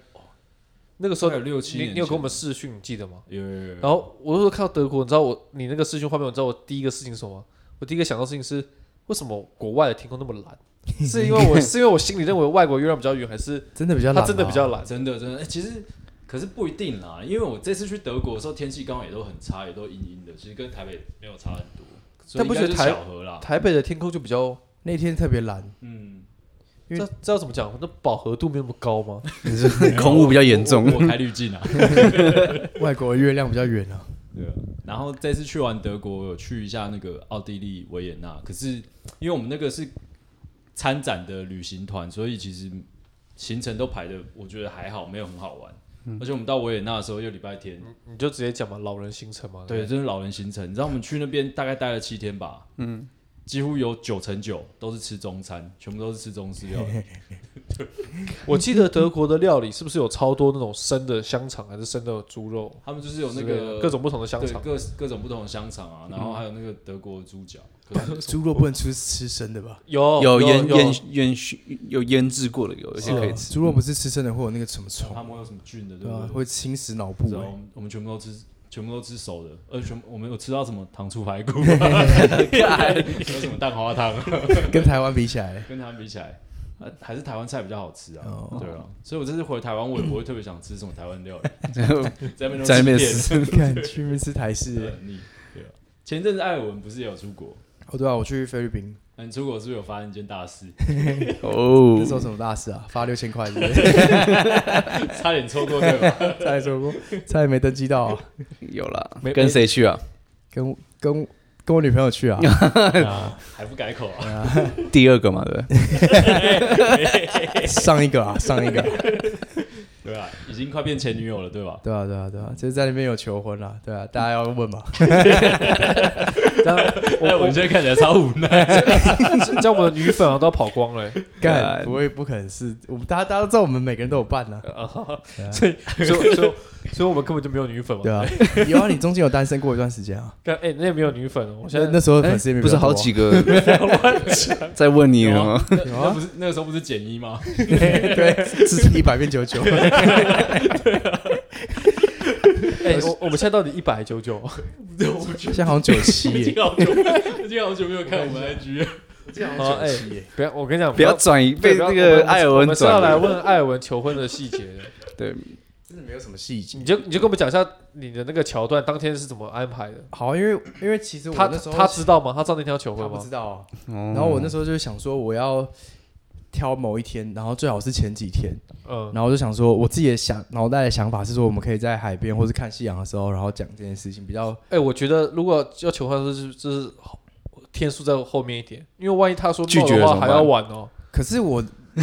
[SPEAKER 3] 那个时候
[SPEAKER 4] 大概有六七
[SPEAKER 3] 你
[SPEAKER 4] 年
[SPEAKER 3] 你有跟
[SPEAKER 4] 前
[SPEAKER 3] 我们视讯，你记得吗？
[SPEAKER 4] 有有有有，
[SPEAKER 3] 然后我那时候看到德国，你知道我你那个视讯画面，你知道我第一个事情是什么吗？我第一个想到的事情是，为什么国外的天空那么蓝？是因为我是因为我心里认为外国月亮比较圆，还是
[SPEAKER 1] 真的比较
[SPEAKER 3] 它
[SPEAKER 1] 懒啊，
[SPEAKER 3] 真的比较蓝？
[SPEAKER 4] 真的真的，哎、其实可是不一定啦，因为我这次去德国的时候天气刚好也都很差，也都阴阴的，其实跟台北没有差很多，所以
[SPEAKER 3] 但不
[SPEAKER 4] 应该
[SPEAKER 3] 觉得
[SPEAKER 4] 是
[SPEAKER 3] 台
[SPEAKER 4] 巧合啦。
[SPEAKER 3] 台北的天空就比较，
[SPEAKER 1] 那天特别 懒，
[SPEAKER 4] 嗯，
[SPEAKER 1] 因为
[SPEAKER 3] 这这要怎么讲？那饱和度没有那么高吗？
[SPEAKER 2] 空污比较严
[SPEAKER 4] 我
[SPEAKER 2] 重，
[SPEAKER 4] 我开滤镜 啊。
[SPEAKER 1] 外国的月亮比较圆啊，
[SPEAKER 4] 对啊，然后这次去完德国，我有去一下那个奥地利维也纳，可是因为我们那个是参展的旅行团，所以其实行程都排的，我觉得还好，没有很好玩。
[SPEAKER 2] 嗯
[SPEAKER 4] 而且我们到维也纳的时候又礼拜天，
[SPEAKER 3] 你你就直接讲嘛，老人行程嘛。
[SPEAKER 4] 对，这是老人行程。你知道我们去那边大概待了七天吧，嗯，几乎有九成九都是吃中餐，全部都是吃中式料理。
[SPEAKER 3] 我记得德国的料理是不是有超多那种生的香肠，还是生的猪肉？
[SPEAKER 4] 他们就是有那
[SPEAKER 3] 之类的
[SPEAKER 4] 个
[SPEAKER 3] 各种不同的香
[SPEAKER 4] 对
[SPEAKER 3] 肠，
[SPEAKER 4] 各各种不同的香肠啊，然后还有那个德国猪脚，可是
[SPEAKER 1] 猪肉不能吃吃生的吧？
[SPEAKER 3] 有
[SPEAKER 2] 有腌
[SPEAKER 3] 有
[SPEAKER 2] 腌腌熏有腌制过的，有一些可以吃。
[SPEAKER 1] 啊猪肉不是吃生的会有那个什么
[SPEAKER 4] 他
[SPEAKER 1] 虫，
[SPEAKER 4] 们会有什么菌的，对
[SPEAKER 1] 对
[SPEAKER 4] 不
[SPEAKER 1] 吧？
[SPEAKER 4] 对？
[SPEAKER 1] 会侵蚀脑部
[SPEAKER 4] 知道
[SPEAKER 1] 欸
[SPEAKER 4] 我。们我们全部都吃，全部都吃熟的，而全我们有吃到什么糖醋排骨， 有什么蛋花汤，
[SPEAKER 1] 哎跟台湾比起来，
[SPEAKER 4] 跟他们比起来，呃还是台湾菜比较好吃啊。
[SPEAKER 1] 哦
[SPEAKER 4] 对啊，所以我这次回台湾，我也不会特别想吃什么台湾料理，在那边都
[SPEAKER 2] 在那边
[SPEAKER 4] 吃
[SPEAKER 2] 吃，
[SPEAKER 1] 看去那边吃台
[SPEAKER 4] 遍对
[SPEAKER 1] 式。
[SPEAKER 4] 很腻。对啊，前阵子艾尔文不是也有出国？
[SPEAKER 1] 哦，对啊，我去菲律宾，
[SPEAKER 4] 那你出国是不是有发生一件大 事，
[SPEAKER 2] 哦
[SPEAKER 1] 那时候什么大事啊？发六千块是不 是，
[SPEAKER 4] 差点错过对吧？
[SPEAKER 1] 差点说过，差点没登机到啊。
[SPEAKER 2] 有啦
[SPEAKER 3] 没，
[SPEAKER 2] 跟谁去啊？
[SPEAKER 1] 跟跟跟我女朋友 去啊，
[SPEAKER 4] 啊还不改口啊？
[SPEAKER 2] 第二个嘛，对不对，
[SPEAKER 1] 上一个啊，上一个啊，
[SPEAKER 4] 对啊，已经快变前女友了对吧？
[SPEAKER 1] 对啊，对啊，对啊，就是在那边有求婚啦，对啊，大家要问嘛，
[SPEAKER 3] 这样
[SPEAKER 4] 艾文现在看起来超无奈，
[SPEAKER 3] 这样我们的女粉啊都要跑光了欸、
[SPEAKER 1] 干啊不会不可能是我们大家大家都知道我们每个人都有办啊，
[SPEAKER 3] 所以所以所以所以我们根本就没有女粉嘛。
[SPEAKER 1] 对啊， 有啊，你中间有单身过一段时间啊，
[SPEAKER 3] 但哎、那也没有女粉哦，我现
[SPEAKER 1] 那
[SPEAKER 3] 在
[SPEAKER 1] 那时候粉丝也没
[SPEAKER 2] 哎
[SPEAKER 1] 有
[SPEAKER 2] 不是
[SPEAKER 1] 比较多
[SPEAKER 2] 好
[SPEAKER 1] 啊
[SPEAKER 2] 几个在问你了吗？
[SPEAKER 4] 那
[SPEAKER 1] 有啊
[SPEAKER 4] 那不是那个时候不是减一 吗？
[SPEAKER 1] 对，是一百变九九，
[SPEAKER 3] 哎、我我们现在到底一百九 九？
[SPEAKER 1] 现在好像九七
[SPEAKER 4] 已经
[SPEAKER 1] 耶，
[SPEAKER 4] 好久，已经好久没有看我们 IG 了。
[SPEAKER 3] 好哎、不要，我跟你讲，
[SPEAKER 2] 不要转移，被
[SPEAKER 3] 不要
[SPEAKER 2] 那
[SPEAKER 3] 我
[SPEAKER 2] 个
[SPEAKER 3] 们
[SPEAKER 2] 艾尔
[SPEAKER 3] 我
[SPEAKER 2] 文
[SPEAKER 3] 们是要
[SPEAKER 2] 转
[SPEAKER 3] 来
[SPEAKER 2] 了。
[SPEAKER 3] 问艾尔文求婚的细节的，
[SPEAKER 2] 对，
[SPEAKER 1] 真的没有什么细节
[SPEAKER 3] 你。就你就跟我们讲一下你的那个桥段，当天是怎么安排的？
[SPEAKER 1] 好，因为因为其实我
[SPEAKER 3] 他
[SPEAKER 1] 那时候
[SPEAKER 3] 他知道吗？他知道那天要求
[SPEAKER 1] 他
[SPEAKER 3] 婚
[SPEAKER 1] 不
[SPEAKER 3] 吗
[SPEAKER 1] 知？道啊，
[SPEAKER 2] 然
[SPEAKER 1] 然后我那时候就想说我要挑某一天，然后最好是前几天，
[SPEAKER 3] 嗯，
[SPEAKER 1] 然后我就想说我自己的想脑袋的想法是说我们可以在海边或是看夕阳的时候，然后讲这件事情比较
[SPEAKER 3] 哎、我觉得如果要求婚的时候，就是就是天数在后面一点，因为万一他说 no
[SPEAKER 2] 拒绝
[SPEAKER 3] 的
[SPEAKER 2] 了怎
[SPEAKER 3] 话
[SPEAKER 2] 么
[SPEAKER 3] 还
[SPEAKER 2] 办
[SPEAKER 3] 要晚哦。
[SPEAKER 1] 可是我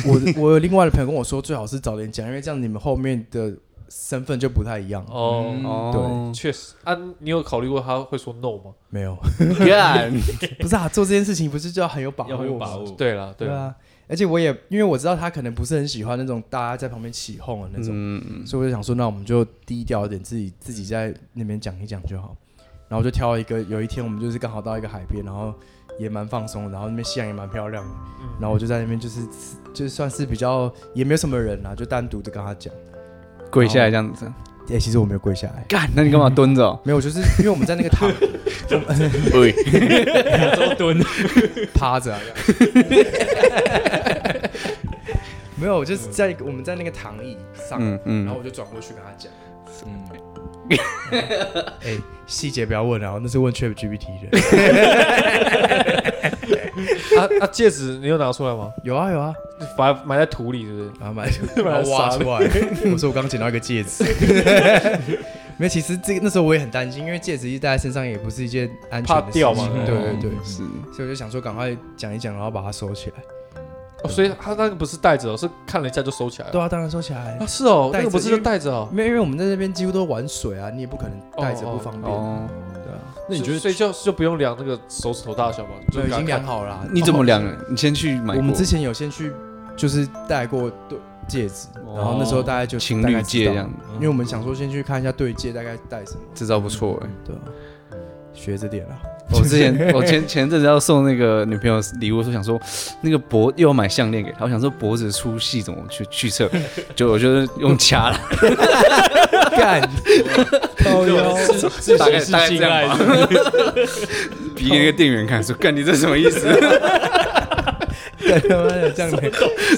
[SPEAKER 1] 我 我有另外的朋友跟我说，最好是早点讲，因为这样你们后面的身份就不太一样。
[SPEAKER 3] 哦，
[SPEAKER 4] 嗯
[SPEAKER 2] 哦，
[SPEAKER 3] 确实啊，你有考虑过他会说 no 吗？
[SPEAKER 1] 没有，
[SPEAKER 2] 干，
[SPEAKER 1] 不是啊，做这件事情不是就要很有把握
[SPEAKER 4] 要
[SPEAKER 1] 吗？
[SPEAKER 4] 很有把握。
[SPEAKER 3] 对啦，
[SPEAKER 1] 对
[SPEAKER 3] 啦，
[SPEAKER 1] 啊，而且我也因为我知道他可能不是很喜欢那种大家在旁边起哄的那种，
[SPEAKER 2] 嗯，
[SPEAKER 1] 所以我就想说，那我们就低调一点，自己自己在那边讲一讲就好。然后我就挑一个，有一天我们就是刚好到一个海边，然后也蛮放松的，然后那边夕阳也蛮漂亮的，然后我就在那边就是就算是比较也没有什么人啊，就单独的跟他讲。
[SPEAKER 2] 跪下来这样子，
[SPEAKER 1] 哎、其实我没有跪下来，
[SPEAKER 2] 干，那你干嘛蹲着哦？
[SPEAKER 1] 没有，就是因为我们在那个 躺
[SPEAKER 2] 喂，
[SPEAKER 4] 亚洲蹲，
[SPEAKER 1] 趴着啊， 这样没有，我就是在我们在那个躺椅上，
[SPEAKER 2] 嗯
[SPEAKER 1] 然后
[SPEAKER 2] 嗯，
[SPEAKER 1] 我就转过去跟他讲。
[SPEAKER 4] 嗯，
[SPEAKER 1] 哎，细节不要问啊，那是问 Chat GPT 的。
[SPEAKER 3] 啊啊！戒指你有拿出来吗？
[SPEAKER 1] 有啊有啊，
[SPEAKER 3] 把它埋在土里是不是？
[SPEAKER 1] 然后 买，然后挖出来。 我说我刚捡到一个戒 指，没有，其实这个那时候我也很担心，因为戒指一戴在身上也不是一件安全
[SPEAKER 3] 怕
[SPEAKER 1] 的事
[SPEAKER 3] 掉嘛
[SPEAKER 1] 情
[SPEAKER 3] 对
[SPEAKER 1] 对
[SPEAKER 3] 不
[SPEAKER 1] 对对，
[SPEAKER 2] 是
[SPEAKER 1] 所以我就想说赶快讲一讲，然后把它收起来。
[SPEAKER 3] 哦，所以他那个不是戴着哦，是看了一下就收起来了。
[SPEAKER 1] 对啊，当然收起来
[SPEAKER 3] 啊，。是哦，
[SPEAKER 1] 戴
[SPEAKER 3] 那
[SPEAKER 1] 着
[SPEAKER 3] 个不是就戴着哦。
[SPEAKER 1] 没有，因为我们在这边几乎都玩水啊，你也不可能戴着
[SPEAKER 3] 哦哦
[SPEAKER 1] 不方便。
[SPEAKER 2] 哦。
[SPEAKER 1] 对啊，
[SPEAKER 4] 那你
[SPEAKER 3] 所
[SPEAKER 4] 觉得
[SPEAKER 3] 所以就就不用量那个手指头大小嘛？就
[SPEAKER 1] 对，已
[SPEAKER 3] 给他
[SPEAKER 1] 经量
[SPEAKER 3] 看
[SPEAKER 1] 好了啊。
[SPEAKER 2] 你怎么
[SPEAKER 1] 哦
[SPEAKER 2] 量？你先去买过。
[SPEAKER 1] 我们之前有先去，就是戴过对戒指，
[SPEAKER 2] 哦
[SPEAKER 1] 然后那时候大概就
[SPEAKER 2] 情侣戒这，
[SPEAKER 1] 大概
[SPEAKER 2] 样
[SPEAKER 1] 知，道因为我们想说先去看一下对戒大概戴什么，
[SPEAKER 2] 这招不错哎。
[SPEAKER 1] 对啊，学着点啊。
[SPEAKER 2] 我之前我前前阵子要送那个女朋友礼物的时候，想说那个脖又要买项链给她，我想说脖子粗细怎么去去测， 就我就是用掐了，
[SPEAKER 1] 干，
[SPEAKER 4] 这种自自
[SPEAKER 2] 大
[SPEAKER 4] 学啊
[SPEAKER 2] 概
[SPEAKER 4] 是
[SPEAKER 2] 大概
[SPEAKER 4] 性
[SPEAKER 2] 这样
[SPEAKER 4] 爱
[SPEAKER 2] 吧
[SPEAKER 4] 是不是，
[SPEAKER 2] 比给那个店员看，说干你这什么意思？
[SPEAKER 1] 干他妈的这样的，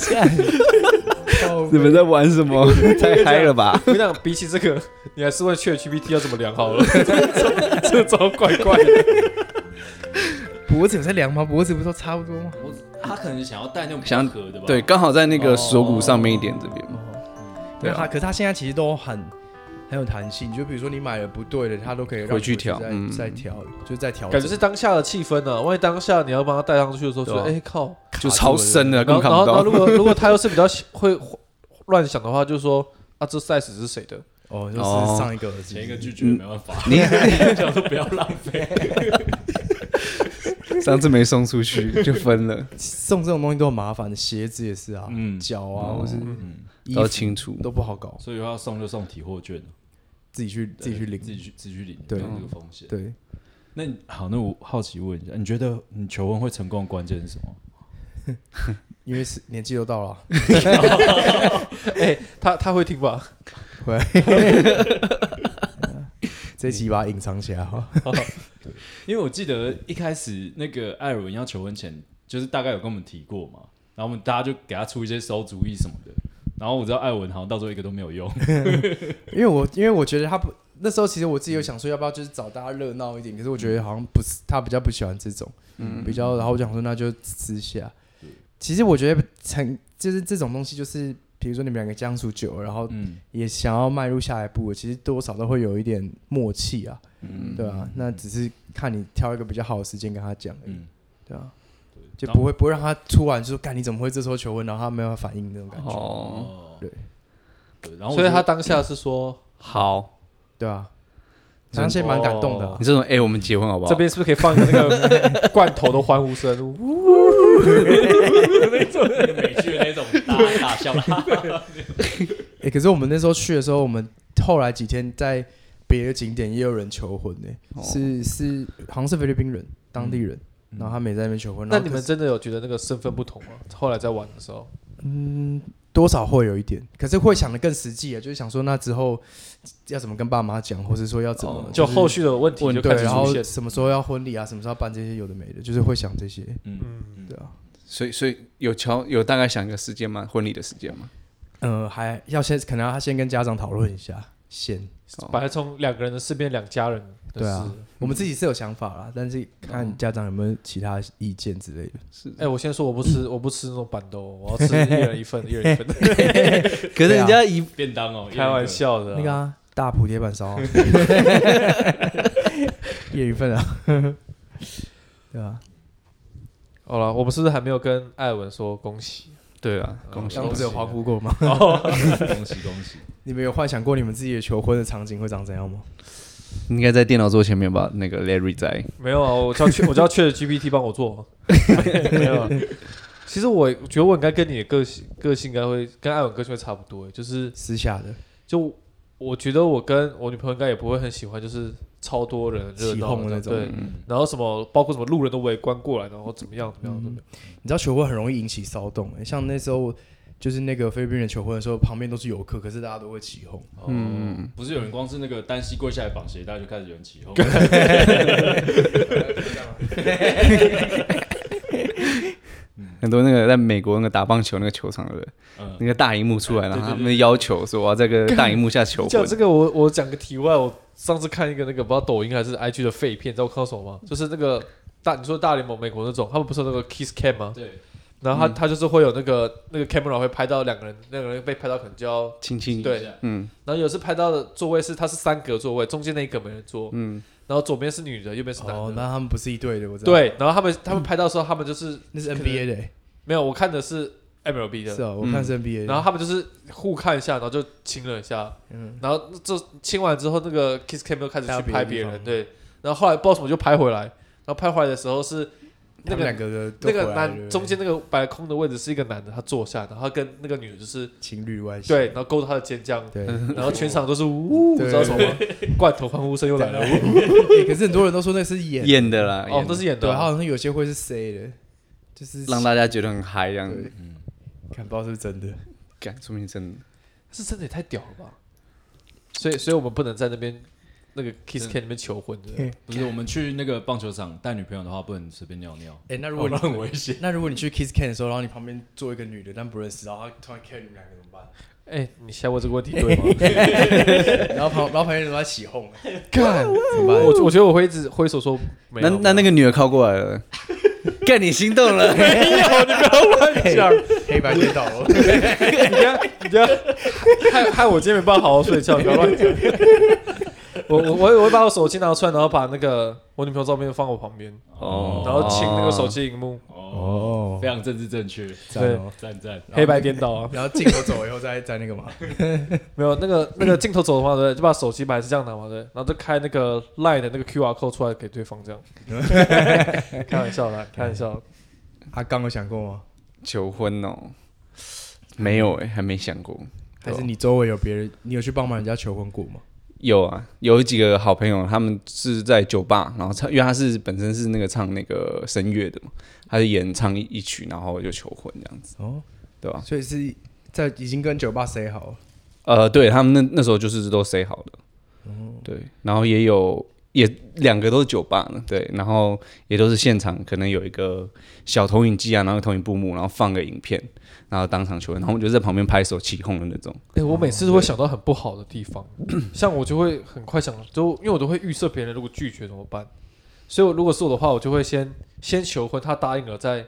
[SPEAKER 1] 干， 靠
[SPEAKER 2] 你们在玩什么？ 太嗨了 吧！
[SPEAKER 3] 我跟你讲，比起这个，你还是问 ChatGPT 要怎么量好了，这招怪怪的。
[SPEAKER 1] 脖子有在量吗？脖子不都差不多吗？
[SPEAKER 4] 我他可能想要戴那种
[SPEAKER 2] 想
[SPEAKER 4] 想合的吧？
[SPEAKER 2] 对，刚好在那个锁骨上面一点这边嘛。
[SPEAKER 1] 对
[SPEAKER 2] 对
[SPEAKER 1] 啊，
[SPEAKER 2] 啊，
[SPEAKER 1] 可是他现在其实都很很有弹性，就比如说你买了不对的，他都可以让
[SPEAKER 2] 回去
[SPEAKER 1] 你
[SPEAKER 2] 调
[SPEAKER 1] 再
[SPEAKER 2] 嗯
[SPEAKER 1] 再调，就是再调整。
[SPEAKER 3] 感觉是当下的气氛呢、啊。万一当下你要帮他戴上去的时候，
[SPEAKER 1] 对
[SPEAKER 3] 说
[SPEAKER 1] 啊：“
[SPEAKER 3] 哎、靠
[SPEAKER 2] 就超深的，！”根
[SPEAKER 3] 然后，
[SPEAKER 2] 本看
[SPEAKER 3] 然后，
[SPEAKER 2] 不
[SPEAKER 3] 然后如
[SPEAKER 2] 到。
[SPEAKER 3] 果如果他又是比较喜会乱想的话，就说：“啊，这 size 是谁的
[SPEAKER 1] 哦，就
[SPEAKER 2] 哦
[SPEAKER 1] 是上一个耳机，
[SPEAKER 4] 前一个拒绝没办法，
[SPEAKER 2] 你
[SPEAKER 4] 想说不要浪费。
[SPEAKER 2] 上次没送出去就分了，
[SPEAKER 1] 送这种东西都很麻烦的，鞋子也是啊，
[SPEAKER 4] 嗯
[SPEAKER 1] 脚啊，
[SPEAKER 2] 哦
[SPEAKER 1] 或是衣
[SPEAKER 2] 要
[SPEAKER 1] 服
[SPEAKER 2] 清楚。
[SPEAKER 1] 都不好搞，
[SPEAKER 4] 所以要送就送提货券，
[SPEAKER 1] 自己去自己去领
[SPEAKER 4] 自。己去自己去领，
[SPEAKER 1] 对
[SPEAKER 4] 没有这个风险。
[SPEAKER 1] 对，
[SPEAKER 4] 那你好，那我好奇问一下，你觉得你求婚会成功的关键是什么？
[SPEAKER 1] 因为是年纪都到 了，？”
[SPEAKER 3] 哎、他他会听吧？
[SPEAKER 1] 会。这一集把它隐藏起来哈。
[SPEAKER 4] 因为我记得一开始那个艾尔文要求婚前，就是大概有跟我们提过嘛，然后我们大家就给他出一些馊主意什么的。然后我知道艾文好像到最后一个都没有用，
[SPEAKER 1] 因为我因为我觉得他不那时候其实我自
[SPEAKER 2] 嗯
[SPEAKER 1] 己有想说要不要就是找大家热闹一点，可是我觉得好像不是他比较不喜欢这种，
[SPEAKER 2] 嗯
[SPEAKER 1] 比较然后我想说那就私下。其实我觉得成就是这种东西就是。比如说你们两个相处久了，然后
[SPEAKER 4] 嗯，
[SPEAKER 1] 也想要迈入下一步了，其实多少都会有一点默契啊，
[SPEAKER 2] 嗯
[SPEAKER 1] 对啊，那只是看你挑一个比较好的时间跟他讲而已，
[SPEAKER 4] 嗯，
[SPEAKER 1] 对啊，就不会不会让他突然就说干你怎么会这时候求婚，然后他没有反应那种感觉，
[SPEAKER 2] 哦，
[SPEAKER 4] 哦，
[SPEAKER 1] 对
[SPEAKER 4] 对，然后我
[SPEAKER 3] 所以
[SPEAKER 4] 觉
[SPEAKER 3] 他
[SPEAKER 4] 得
[SPEAKER 3] 当下是说
[SPEAKER 2] 嗯好，
[SPEAKER 1] 对啊，
[SPEAKER 2] 哦
[SPEAKER 1] 当时也蛮感动的啊、
[SPEAKER 2] 你这种哎，我们结婚好不：“好？
[SPEAKER 3] 这边是不是可以放一个那个罐头的欢呼声？”呜
[SPEAKER 4] 那个美剧的那种大大笑，
[SPEAKER 1] 哎、可是我们那时候去的时候，我们后来几天在别的景点也有人求婚呢、
[SPEAKER 2] 哦
[SPEAKER 1] 是是好像是菲律宾人，当地人，
[SPEAKER 4] 嗯
[SPEAKER 1] 然后他们也在那边求婚。
[SPEAKER 3] 那
[SPEAKER 1] 然后
[SPEAKER 3] 你
[SPEAKER 1] 可
[SPEAKER 3] 们
[SPEAKER 1] 是
[SPEAKER 3] 真的有觉得那个身份不同吗？后来在玩的时候，
[SPEAKER 1] 嗯多少会有一点，可是会想的更实际啊，就是想说那之后要怎么跟爸妈讲，或者说要怎么、
[SPEAKER 2] 哦
[SPEAKER 3] 就是后续的问
[SPEAKER 1] 嗯
[SPEAKER 3] 题
[SPEAKER 1] 问
[SPEAKER 3] 就
[SPEAKER 1] 对
[SPEAKER 3] 开，始
[SPEAKER 1] 然
[SPEAKER 3] 出
[SPEAKER 1] 后
[SPEAKER 3] 现。
[SPEAKER 1] 什么时候要婚礼啊，什么时候要办这些有的没的，就是会想这些，
[SPEAKER 4] 嗯，
[SPEAKER 3] 嗯，
[SPEAKER 1] 对啊。
[SPEAKER 2] 所以所以有敲有大概想一个时间吗？婚礼的时间吗？
[SPEAKER 1] 呃，还要先可能要先跟家长讨论一下，先。
[SPEAKER 3] 哦本
[SPEAKER 2] 哦
[SPEAKER 3] 来从两个人的事变两家人的事。
[SPEAKER 1] 对啊我们自己是有想法啦，但是
[SPEAKER 3] 哦
[SPEAKER 1] 看家长有没有其他意见之类的。
[SPEAKER 2] 是
[SPEAKER 3] 哎、，我先说，我不吃，我不吃那种板豆，我要吃一人一份，一人一份。
[SPEAKER 2] 可
[SPEAKER 4] 啊
[SPEAKER 2] 是人家一
[SPEAKER 4] 便当哦，
[SPEAKER 3] 开玩，笑的、
[SPEAKER 1] 那个，啊，大埔铁板烧 啊，一人一份啊， 对啊，
[SPEAKER 3] 好了，我们是不是还没有跟艾文说恭喜？
[SPEAKER 2] 对啊，恭喜
[SPEAKER 1] 刚不
[SPEAKER 2] 恭
[SPEAKER 1] 是
[SPEAKER 2] 喜
[SPEAKER 1] 有！花姑过吗？
[SPEAKER 4] 恭喜恭喜，
[SPEAKER 1] 你们有幻想过你们自己的求婚的场景会长怎样吗？
[SPEAKER 2] 应该在电脑桌前面吧？那个 Larry 在，
[SPEAKER 3] 没有啊，我叫去，我叫 Chat GPT 帮我做。没有啊。其实我觉得我应该跟你的个性个性应该会跟艾文个性会差不多，就是
[SPEAKER 1] 私下的
[SPEAKER 3] 就我觉得我跟我女朋友应该也不会很喜欢，就是超多人热
[SPEAKER 1] 起
[SPEAKER 3] 闹
[SPEAKER 1] 哄的那种
[SPEAKER 3] 对。
[SPEAKER 2] 嗯，
[SPEAKER 3] 然后什么，包括什么路人都围观过来，然后怎么样怎
[SPEAKER 1] 嗯
[SPEAKER 3] 么样怎么样。
[SPEAKER 1] 你知道求婚很容易引起骚动、欸，像那时候就是那个菲律宾人求婚的时候，旁边都是游客，可是大家都会起哄。
[SPEAKER 4] 嗯，不是有人光是那个单膝跪下来绑鞋带就开始有人起 哄，
[SPEAKER 2] 很多那个在美国那个打棒球那个球场的
[SPEAKER 4] 嗯
[SPEAKER 2] 那个大荧幕出来，
[SPEAKER 4] 对
[SPEAKER 2] 然后他
[SPEAKER 4] 对对
[SPEAKER 2] 们要求说我要 在这个大荧幕下求
[SPEAKER 3] 讲
[SPEAKER 2] 婚
[SPEAKER 3] 这。个我，我讲个题外，我上次看一个那个不知道抖音还是 IG 的废片，你知道我看到什么吗？
[SPEAKER 1] 嗯
[SPEAKER 3] 就是那个大你说大联盟美国那种，他们不是有那个 kiss cam 吗？
[SPEAKER 4] 对，
[SPEAKER 3] 然
[SPEAKER 1] 嗯
[SPEAKER 3] 后他、他就是会有那个那个 camera 会拍到两个人，那个人被拍到可能就要，
[SPEAKER 2] 亲亲，
[SPEAKER 3] 对
[SPEAKER 4] 一下，
[SPEAKER 2] 嗯，
[SPEAKER 3] 然后有时拍到的座位是它是三格座位，中间那一格没人坐，嗯，然后左边是女的，右边是男的，
[SPEAKER 1] 哦，那他们不是一队的，我知道。，
[SPEAKER 3] 对，然后他们他们拍到的时候，他们就是
[SPEAKER 1] 那是
[SPEAKER 3] 可能
[SPEAKER 1] NBA 的欸、
[SPEAKER 3] 没有，我看的是 MLB 的，
[SPEAKER 1] 是哦，我看
[SPEAKER 2] 嗯
[SPEAKER 1] 是 NBA 的。
[SPEAKER 3] 然后他们就是互看一下，然后就亲了一下，
[SPEAKER 1] 嗯
[SPEAKER 3] 然后就亲完之后，那个 kiss cam 又开始去拍别
[SPEAKER 1] 拍别
[SPEAKER 3] 人，对，然后后来不知道什么就拍回来，然后拍回来的时候是那
[SPEAKER 1] 他们两
[SPEAKER 3] 个
[SPEAKER 1] 个的都回
[SPEAKER 3] 那个
[SPEAKER 1] 来了对不
[SPEAKER 3] 男
[SPEAKER 1] 对
[SPEAKER 3] 中间那个白空的位置是一个男的，他坐下，然后他跟那个女的就是
[SPEAKER 1] 情侣关系，
[SPEAKER 3] 对，然后勾着他的肩这样，
[SPEAKER 1] 对，
[SPEAKER 3] 然后全场都是 呜，
[SPEAKER 1] 对
[SPEAKER 3] 知道什么吗？罐头欢呼声又来了，呜
[SPEAKER 1] 欸可是很多人都说那是演，
[SPEAKER 2] 演的啦，
[SPEAKER 3] 哦
[SPEAKER 2] 演，
[SPEAKER 3] 这
[SPEAKER 2] 的
[SPEAKER 3] 是演的
[SPEAKER 1] 对，
[SPEAKER 3] 啊，
[SPEAKER 1] 好像有些会是 C 的，就是
[SPEAKER 2] 让大家觉得很嗨这样子
[SPEAKER 1] 对。看不知道是不是真的。
[SPEAKER 2] 干，说明真的
[SPEAKER 3] 是真的也太屌了吧！所以，所以我们不能在那边那个 kiss cam 里面求婚，对不对？
[SPEAKER 4] 不是我们去那个棒球场带女朋友的话，不能随便尿尿，
[SPEAKER 1] 哎，那如
[SPEAKER 4] 我
[SPEAKER 1] 果
[SPEAKER 4] 们很
[SPEAKER 1] 你
[SPEAKER 4] 危险。
[SPEAKER 1] 那如果你去 Kiss Can 的时候，然后你旁边坐一个女的，但不认识，然后她突然 care 你们两个怎么 办？
[SPEAKER 3] 哎、你现在问这个问题对吗？
[SPEAKER 1] 然后旁然后旁边人都在起 哄，
[SPEAKER 3] 干，
[SPEAKER 1] 怎么办？
[SPEAKER 3] 我我觉得我会一直挥手说没
[SPEAKER 2] 那
[SPEAKER 3] 有。
[SPEAKER 2] 那那
[SPEAKER 3] 个
[SPEAKER 2] 个女的靠过来了，干你心动了，
[SPEAKER 1] 黑白颠倒了，
[SPEAKER 3] 你这样你这样，害害我今天没办法好好睡觉，不要乱讲。 我我我我会把我手机拿出来，然后把那个我女朋友照片放我旁边，
[SPEAKER 2] 哦
[SPEAKER 3] 然后亲那个手机荧幕，
[SPEAKER 1] 哦
[SPEAKER 4] 非常政治正确，
[SPEAKER 1] 赞哦。
[SPEAKER 4] 赞赞。
[SPEAKER 3] 黑白颠倒啊！
[SPEAKER 1] 然后镜头走了以后再再那 个嘛，
[SPEAKER 3] 没有那个那个镜头走的话，对不对，就把手机本来是这样拿嘛，对不对，然后就开那个 Line 的那个 QR code 出来给对方这样。开玩笑啦，开玩笑。
[SPEAKER 1] 阿刚有想过吗？
[SPEAKER 2] 求婚哦，没有哎、还没想过。
[SPEAKER 1] 还
[SPEAKER 2] 对
[SPEAKER 1] 是
[SPEAKER 2] 啊
[SPEAKER 1] 你周围有别人，你有去帮忙人家求婚过吗？
[SPEAKER 2] 有啊，有几个好朋友，他们是在酒吧，然后唱，因为他是本身是那个唱那个声乐的嘛，他是演唱一曲，然后就求婚这样子，
[SPEAKER 1] 哦，
[SPEAKER 2] 对吧、
[SPEAKER 1] 所以是在已经跟酒吧 say 好了，
[SPEAKER 2] 呃，对他们那那时候就是都 say 好了，对，然后也有也两个都是酒吧呢，对，然后也都是现场可能有一个小投影机啊，然后投影布幕，然后放个影片，然后当场求婚，然后我们就在旁边拍手起哄的那种，
[SPEAKER 3] 哎、我每次都会想到很不好的地方， 像我就会很快想，就因为我都会预设别人如果拒绝怎么办，所以我如果是我的话，我就会先先求婚，他答应了再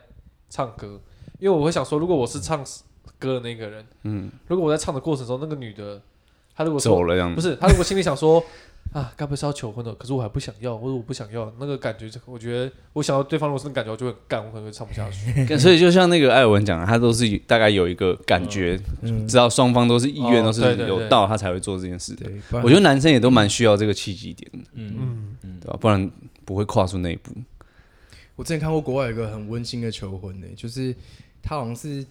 [SPEAKER 3] 唱歌，因为我会想说，如果我是唱歌的那个人，嗯，如果我在唱的过程中，那个女的，她如果说
[SPEAKER 2] 走了这样
[SPEAKER 3] 不
[SPEAKER 2] 子，
[SPEAKER 3] 是，他如果心里想说 啊，该不会是要求婚的？可是我还不想要，或者我不想要那个感觉，我觉得我想要对方如果是那个感觉，我就会很干，我可能会唱不下去。
[SPEAKER 2] 跟所以就像那个艾尔文讲的，他都是大概有一个感觉，
[SPEAKER 1] 嗯，
[SPEAKER 2] 知道双方都是意愿
[SPEAKER 3] 哦
[SPEAKER 2] 都是
[SPEAKER 3] 对对
[SPEAKER 2] 有
[SPEAKER 3] 对
[SPEAKER 2] 到，他才会做这件事的。
[SPEAKER 1] 对，不然
[SPEAKER 2] 我觉得男生也都蛮需要这个契机点的，
[SPEAKER 4] 嗯，
[SPEAKER 3] 嗯，
[SPEAKER 2] 对吧？不然不会跨出那一步。
[SPEAKER 1] 我之前看过国外有一个很温馨的求婚呢、就是他好像是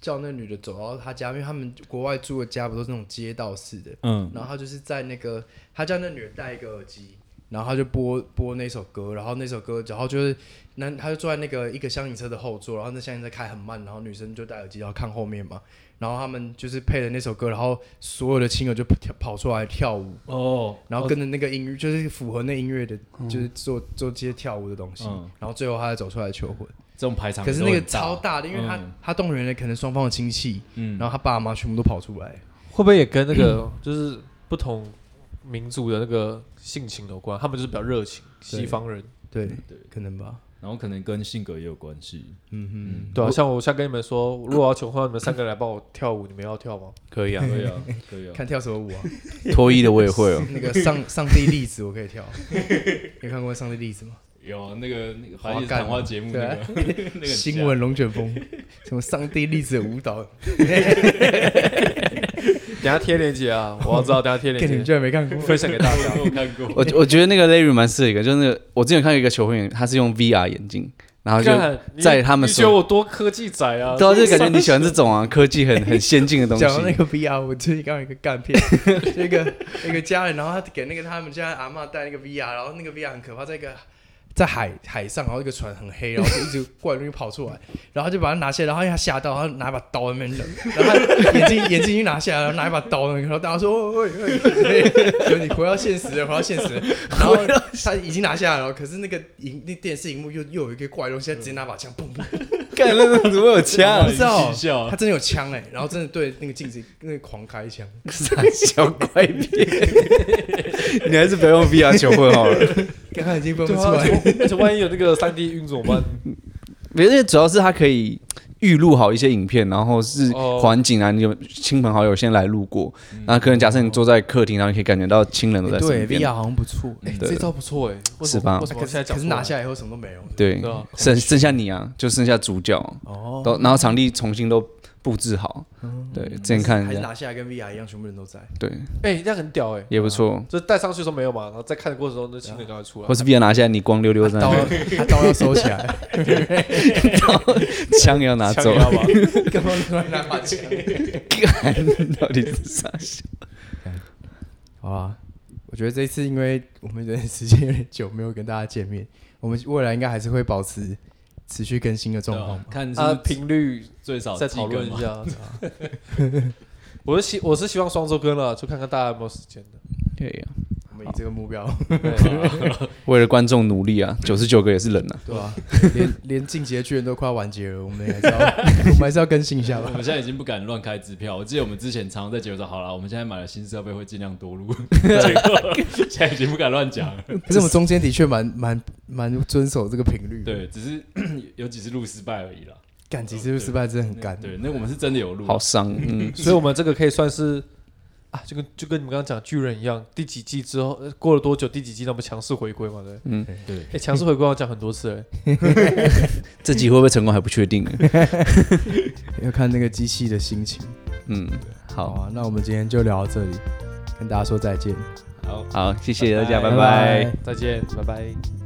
[SPEAKER 1] 叫那女的走到他家，因为他们国外住的家不都是那种街道式的，
[SPEAKER 4] 嗯，
[SPEAKER 1] 然后他就是在那个他叫那女的戴一个耳机，然后他就播播那首歌，然后那首歌，然后就是那他就坐在那个一个厢型车的后座，然后那厢型车开很慢，然后女生就戴耳机然后看后面嘛，然后他们就是配了那首歌，然后所有的亲友就跳跑出来跳舞，
[SPEAKER 3] 哦，
[SPEAKER 1] 然后跟着那个音乐，就是符合那音乐的，就是做做这些跳舞的东西
[SPEAKER 4] 哦嗯，
[SPEAKER 1] 然后最后他才走出来求婚。
[SPEAKER 4] 这种排场
[SPEAKER 1] 可是那
[SPEAKER 4] 都
[SPEAKER 1] 个
[SPEAKER 4] 很
[SPEAKER 1] 超大的，因为他
[SPEAKER 4] 嗯
[SPEAKER 1] 他动员了可能双方的亲戚，
[SPEAKER 4] 嗯
[SPEAKER 1] 然后他爸妈全部都跑出来，
[SPEAKER 3] 会不会也跟那个 就是不同民族的那个性情有关？他们就是比较热情，西方人。
[SPEAKER 1] 对，
[SPEAKER 4] 嗯
[SPEAKER 1] 可能吧，
[SPEAKER 4] 然后可能跟性格也有 关系。
[SPEAKER 1] 嗯
[SPEAKER 3] 对啊，像我现在跟你们说，如果我要求婚，你们三个人来帮我跳舞，你们要跳吗？
[SPEAKER 2] 可以啊，
[SPEAKER 4] 可以啊，可以
[SPEAKER 1] 哼，
[SPEAKER 4] 啊。
[SPEAKER 1] 看跳什么舞 啊？。
[SPEAKER 2] 脱衣的我也会哦
[SPEAKER 1] 那个上上帝粒子我可以 跳，你有看过上帝粒子吗？
[SPEAKER 4] 有啊那个那个华
[SPEAKER 1] 华
[SPEAKER 4] 丽
[SPEAKER 1] 干
[SPEAKER 4] 谈话节目
[SPEAKER 1] 对
[SPEAKER 4] 那
[SPEAKER 1] 啊
[SPEAKER 4] 个 那个很
[SPEAKER 1] 新
[SPEAKER 4] 像
[SPEAKER 1] 闻龙卷风，什么上帝粒子的舞 蹈，
[SPEAKER 3] 等一下贴链接 啊，我要知道，等一下贴
[SPEAKER 1] 跟你
[SPEAKER 3] 链
[SPEAKER 1] 们
[SPEAKER 3] 接
[SPEAKER 1] 居然没看过，
[SPEAKER 3] 分享给大家。
[SPEAKER 4] 我有看过，
[SPEAKER 2] 我我觉得那个 Larry 蛮适合一个，就是那个我之前看到一个求婚员，他是用 VR 眼镜，然后就
[SPEAKER 3] 看你
[SPEAKER 2] 在他们
[SPEAKER 3] 你觉得
[SPEAKER 2] 手，
[SPEAKER 3] 我多科技宅啊？
[SPEAKER 2] 对啊，就感觉你喜欢这种啊，科技很很先进的东西
[SPEAKER 1] 讲。到那个 VR，我最近刚有一个干 片，就一个一个家人，然后他给那个他们家阿嬷带那个 VR，然后那个 VR 很可怕，在一个在海海上，然后一个船很黑，然后就一直怪东西跑出来，然后就把它拿下来，然后他吓到，然后拿一把刀在那边扔，然后他眼镜 眼镜一拿下来，然后拿一把刀，然后大家说喂喂喂，就你回到现实了，回到现 实了，然后他已经拿下来了，可是那个荧那电视荧幕又又有一个怪东西，他直接拿把枪砰砰，
[SPEAKER 2] 干那怎么会有 枪
[SPEAKER 1] 不？知道
[SPEAKER 4] 一起笑啊
[SPEAKER 1] 他真的有枪哎、然后真的对那个镜子那个狂开枪，
[SPEAKER 2] 傻小怪片， 你还是不要用 VR 求婚好了。
[SPEAKER 1] 刚刚已经分不
[SPEAKER 3] 对
[SPEAKER 1] 出
[SPEAKER 3] 啊，而
[SPEAKER 1] 来。
[SPEAKER 3] 且而且万一有那个三 D 晕怎么办？
[SPEAKER 2] 没有，因为主要是它可以预录好一些影片，然后是
[SPEAKER 3] 哦嗯
[SPEAKER 2] 环境啊，你有亲朋好友先来路过，然后可能假设你坐在客厅，然后你可以感觉到亲人都在
[SPEAKER 1] 对
[SPEAKER 2] 身边，
[SPEAKER 1] ，VR 好像不错、欸，
[SPEAKER 3] 哎
[SPEAKER 2] 对
[SPEAKER 3] 这招不错哎，为什
[SPEAKER 2] 是
[SPEAKER 3] 么
[SPEAKER 2] 吧
[SPEAKER 3] 为什么
[SPEAKER 1] 可
[SPEAKER 3] 现在
[SPEAKER 1] 是
[SPEAKER 3] 讲
[SPEAKER 1] 可
[SPEAKER 3] 出
[SPEAKER 1] 是
[SPEAKER 3] 来？
[SPEAKER 1] 拿下来以后什么都没有。
[SPEAKER 2] 对
[SPEAKER 3] 对啊，
[SPEAKER 2] 剩剩下你啊，就剩下主角，
[SPEAKER 1] 哦，
[SPEAKER 2] 都然后场地重新都布置好，对，之前看
[SPEAKER 1] 还
[SPEAKER 2] 人
[SPEAKER 1] 是
[SPEAKER 2] 家，
[SPEAKER 1] 拿下来跟 VR 一样，全部人都在。
[SPEAKER 2] 对，
[SPEAKER 3] 哎，那很屌哎，
[SPEAKER 2] 也不错，
[SPEAKER 3] 就戴上去的时候没有嘛，然后在看的过程中，那亲人刚才出来
[SPEAKER 2] 或，是 VR 拿下来，你光溜溜在
[SPEAKER 1] 他刀
[SPEAKER 2] 那边，
[SPEAKER 1] 他刀要收起 来，
[SPEAKER 2] 枪也要拿
[SPEAKER 3] 枪
[SPEAKER 2] 走
[SPEAKER 3] 也， 要吗？
[SPEAKER 1] 干嘛突然拿把枪？
[SPEAKER 2] 到底是啥笑？
[SPEAKER 1] 好啊，我觉得这一次因为我们有点时间有点久没有跟大家见面，我们未来应该还是会保持持续更新的状况
[SPEAKER 4] 对啊
[SPEAKER 1] 吧。
[SPEAKER 4] 看是
[SPEAKER 3] 啊，
[SPEAKER 4] 不是
[SPEAKER 3] 频率
[SPEAKER 4] 最少
[SPEAKER 3] 再
[SPEAKER 4] 几
[SPEAKER 3] 讨
[SPEAKER 4] 个
[SPEAKER 3] 论
[SPEAKER 4] 嘛
[SPEAKER 3] 一。下。 我是希我是希望双周更了，就看看大家有没有时间的。 啊
[SPEAKER 2] 对呀，
[SPEAKER 1] 我们以这个目标，
[SPEAKER 2] 为了观众努力啊，九十九个也是人啊。
[SPEAKER 1] 对吧、连连进阶巨人都快要完结了，我们还 是要我们还是要更新一下
[SPEAKER 4] 我
[SPEAKER 1] 吧。
[SPEAKER 4] 们现在已经不敢乱开支票。我记得我们之前常常在节目说，好了，我们现在买了新设备会尽量 多录，结果现在已经不敢乱讲了。
[SPEAKER 1] 可是我们中间的确蛮蛮蛮遵守这个频率，，
[SPEAKER 4] 对，只是 有几次录失败而已啦。
[SPEAKER 1] 干几次失败真的很干。
[SPEAKER 4] 对，那我们是真的有录，
[SPEAKER 2] 好 伤，嗯，
[SPEAKER 3] 所以我们这个可以算是啊，就跟就跟你们刚刚讲巨人一样，第几季之后呃过了多久，第几季那么强势回归嘛，对不对。
[SPEAKER 4] 嗯对，
[SPEAKER 3] 哎，强势回归我讲很多次哎，
[SPEAKER 2] 这集会不会成功还不确定呢。
[SPEAKER 1] 要看那个机器的心情。
[SPEAKER 2] 嗯，
[SPEAKER 1] 好
[SPEAKER 2] 好
[SPEAKER 1] 啊，那我们今天就聊到这里，跟大家说再见，
[SPEAKER 4] 好。
[SPEAKER 2] 好，谢谢大家，
[SPEAKER 4] 拜
[SPEAKER 2] 拜拜。
[SPEAKER 3] 再见，拜拜。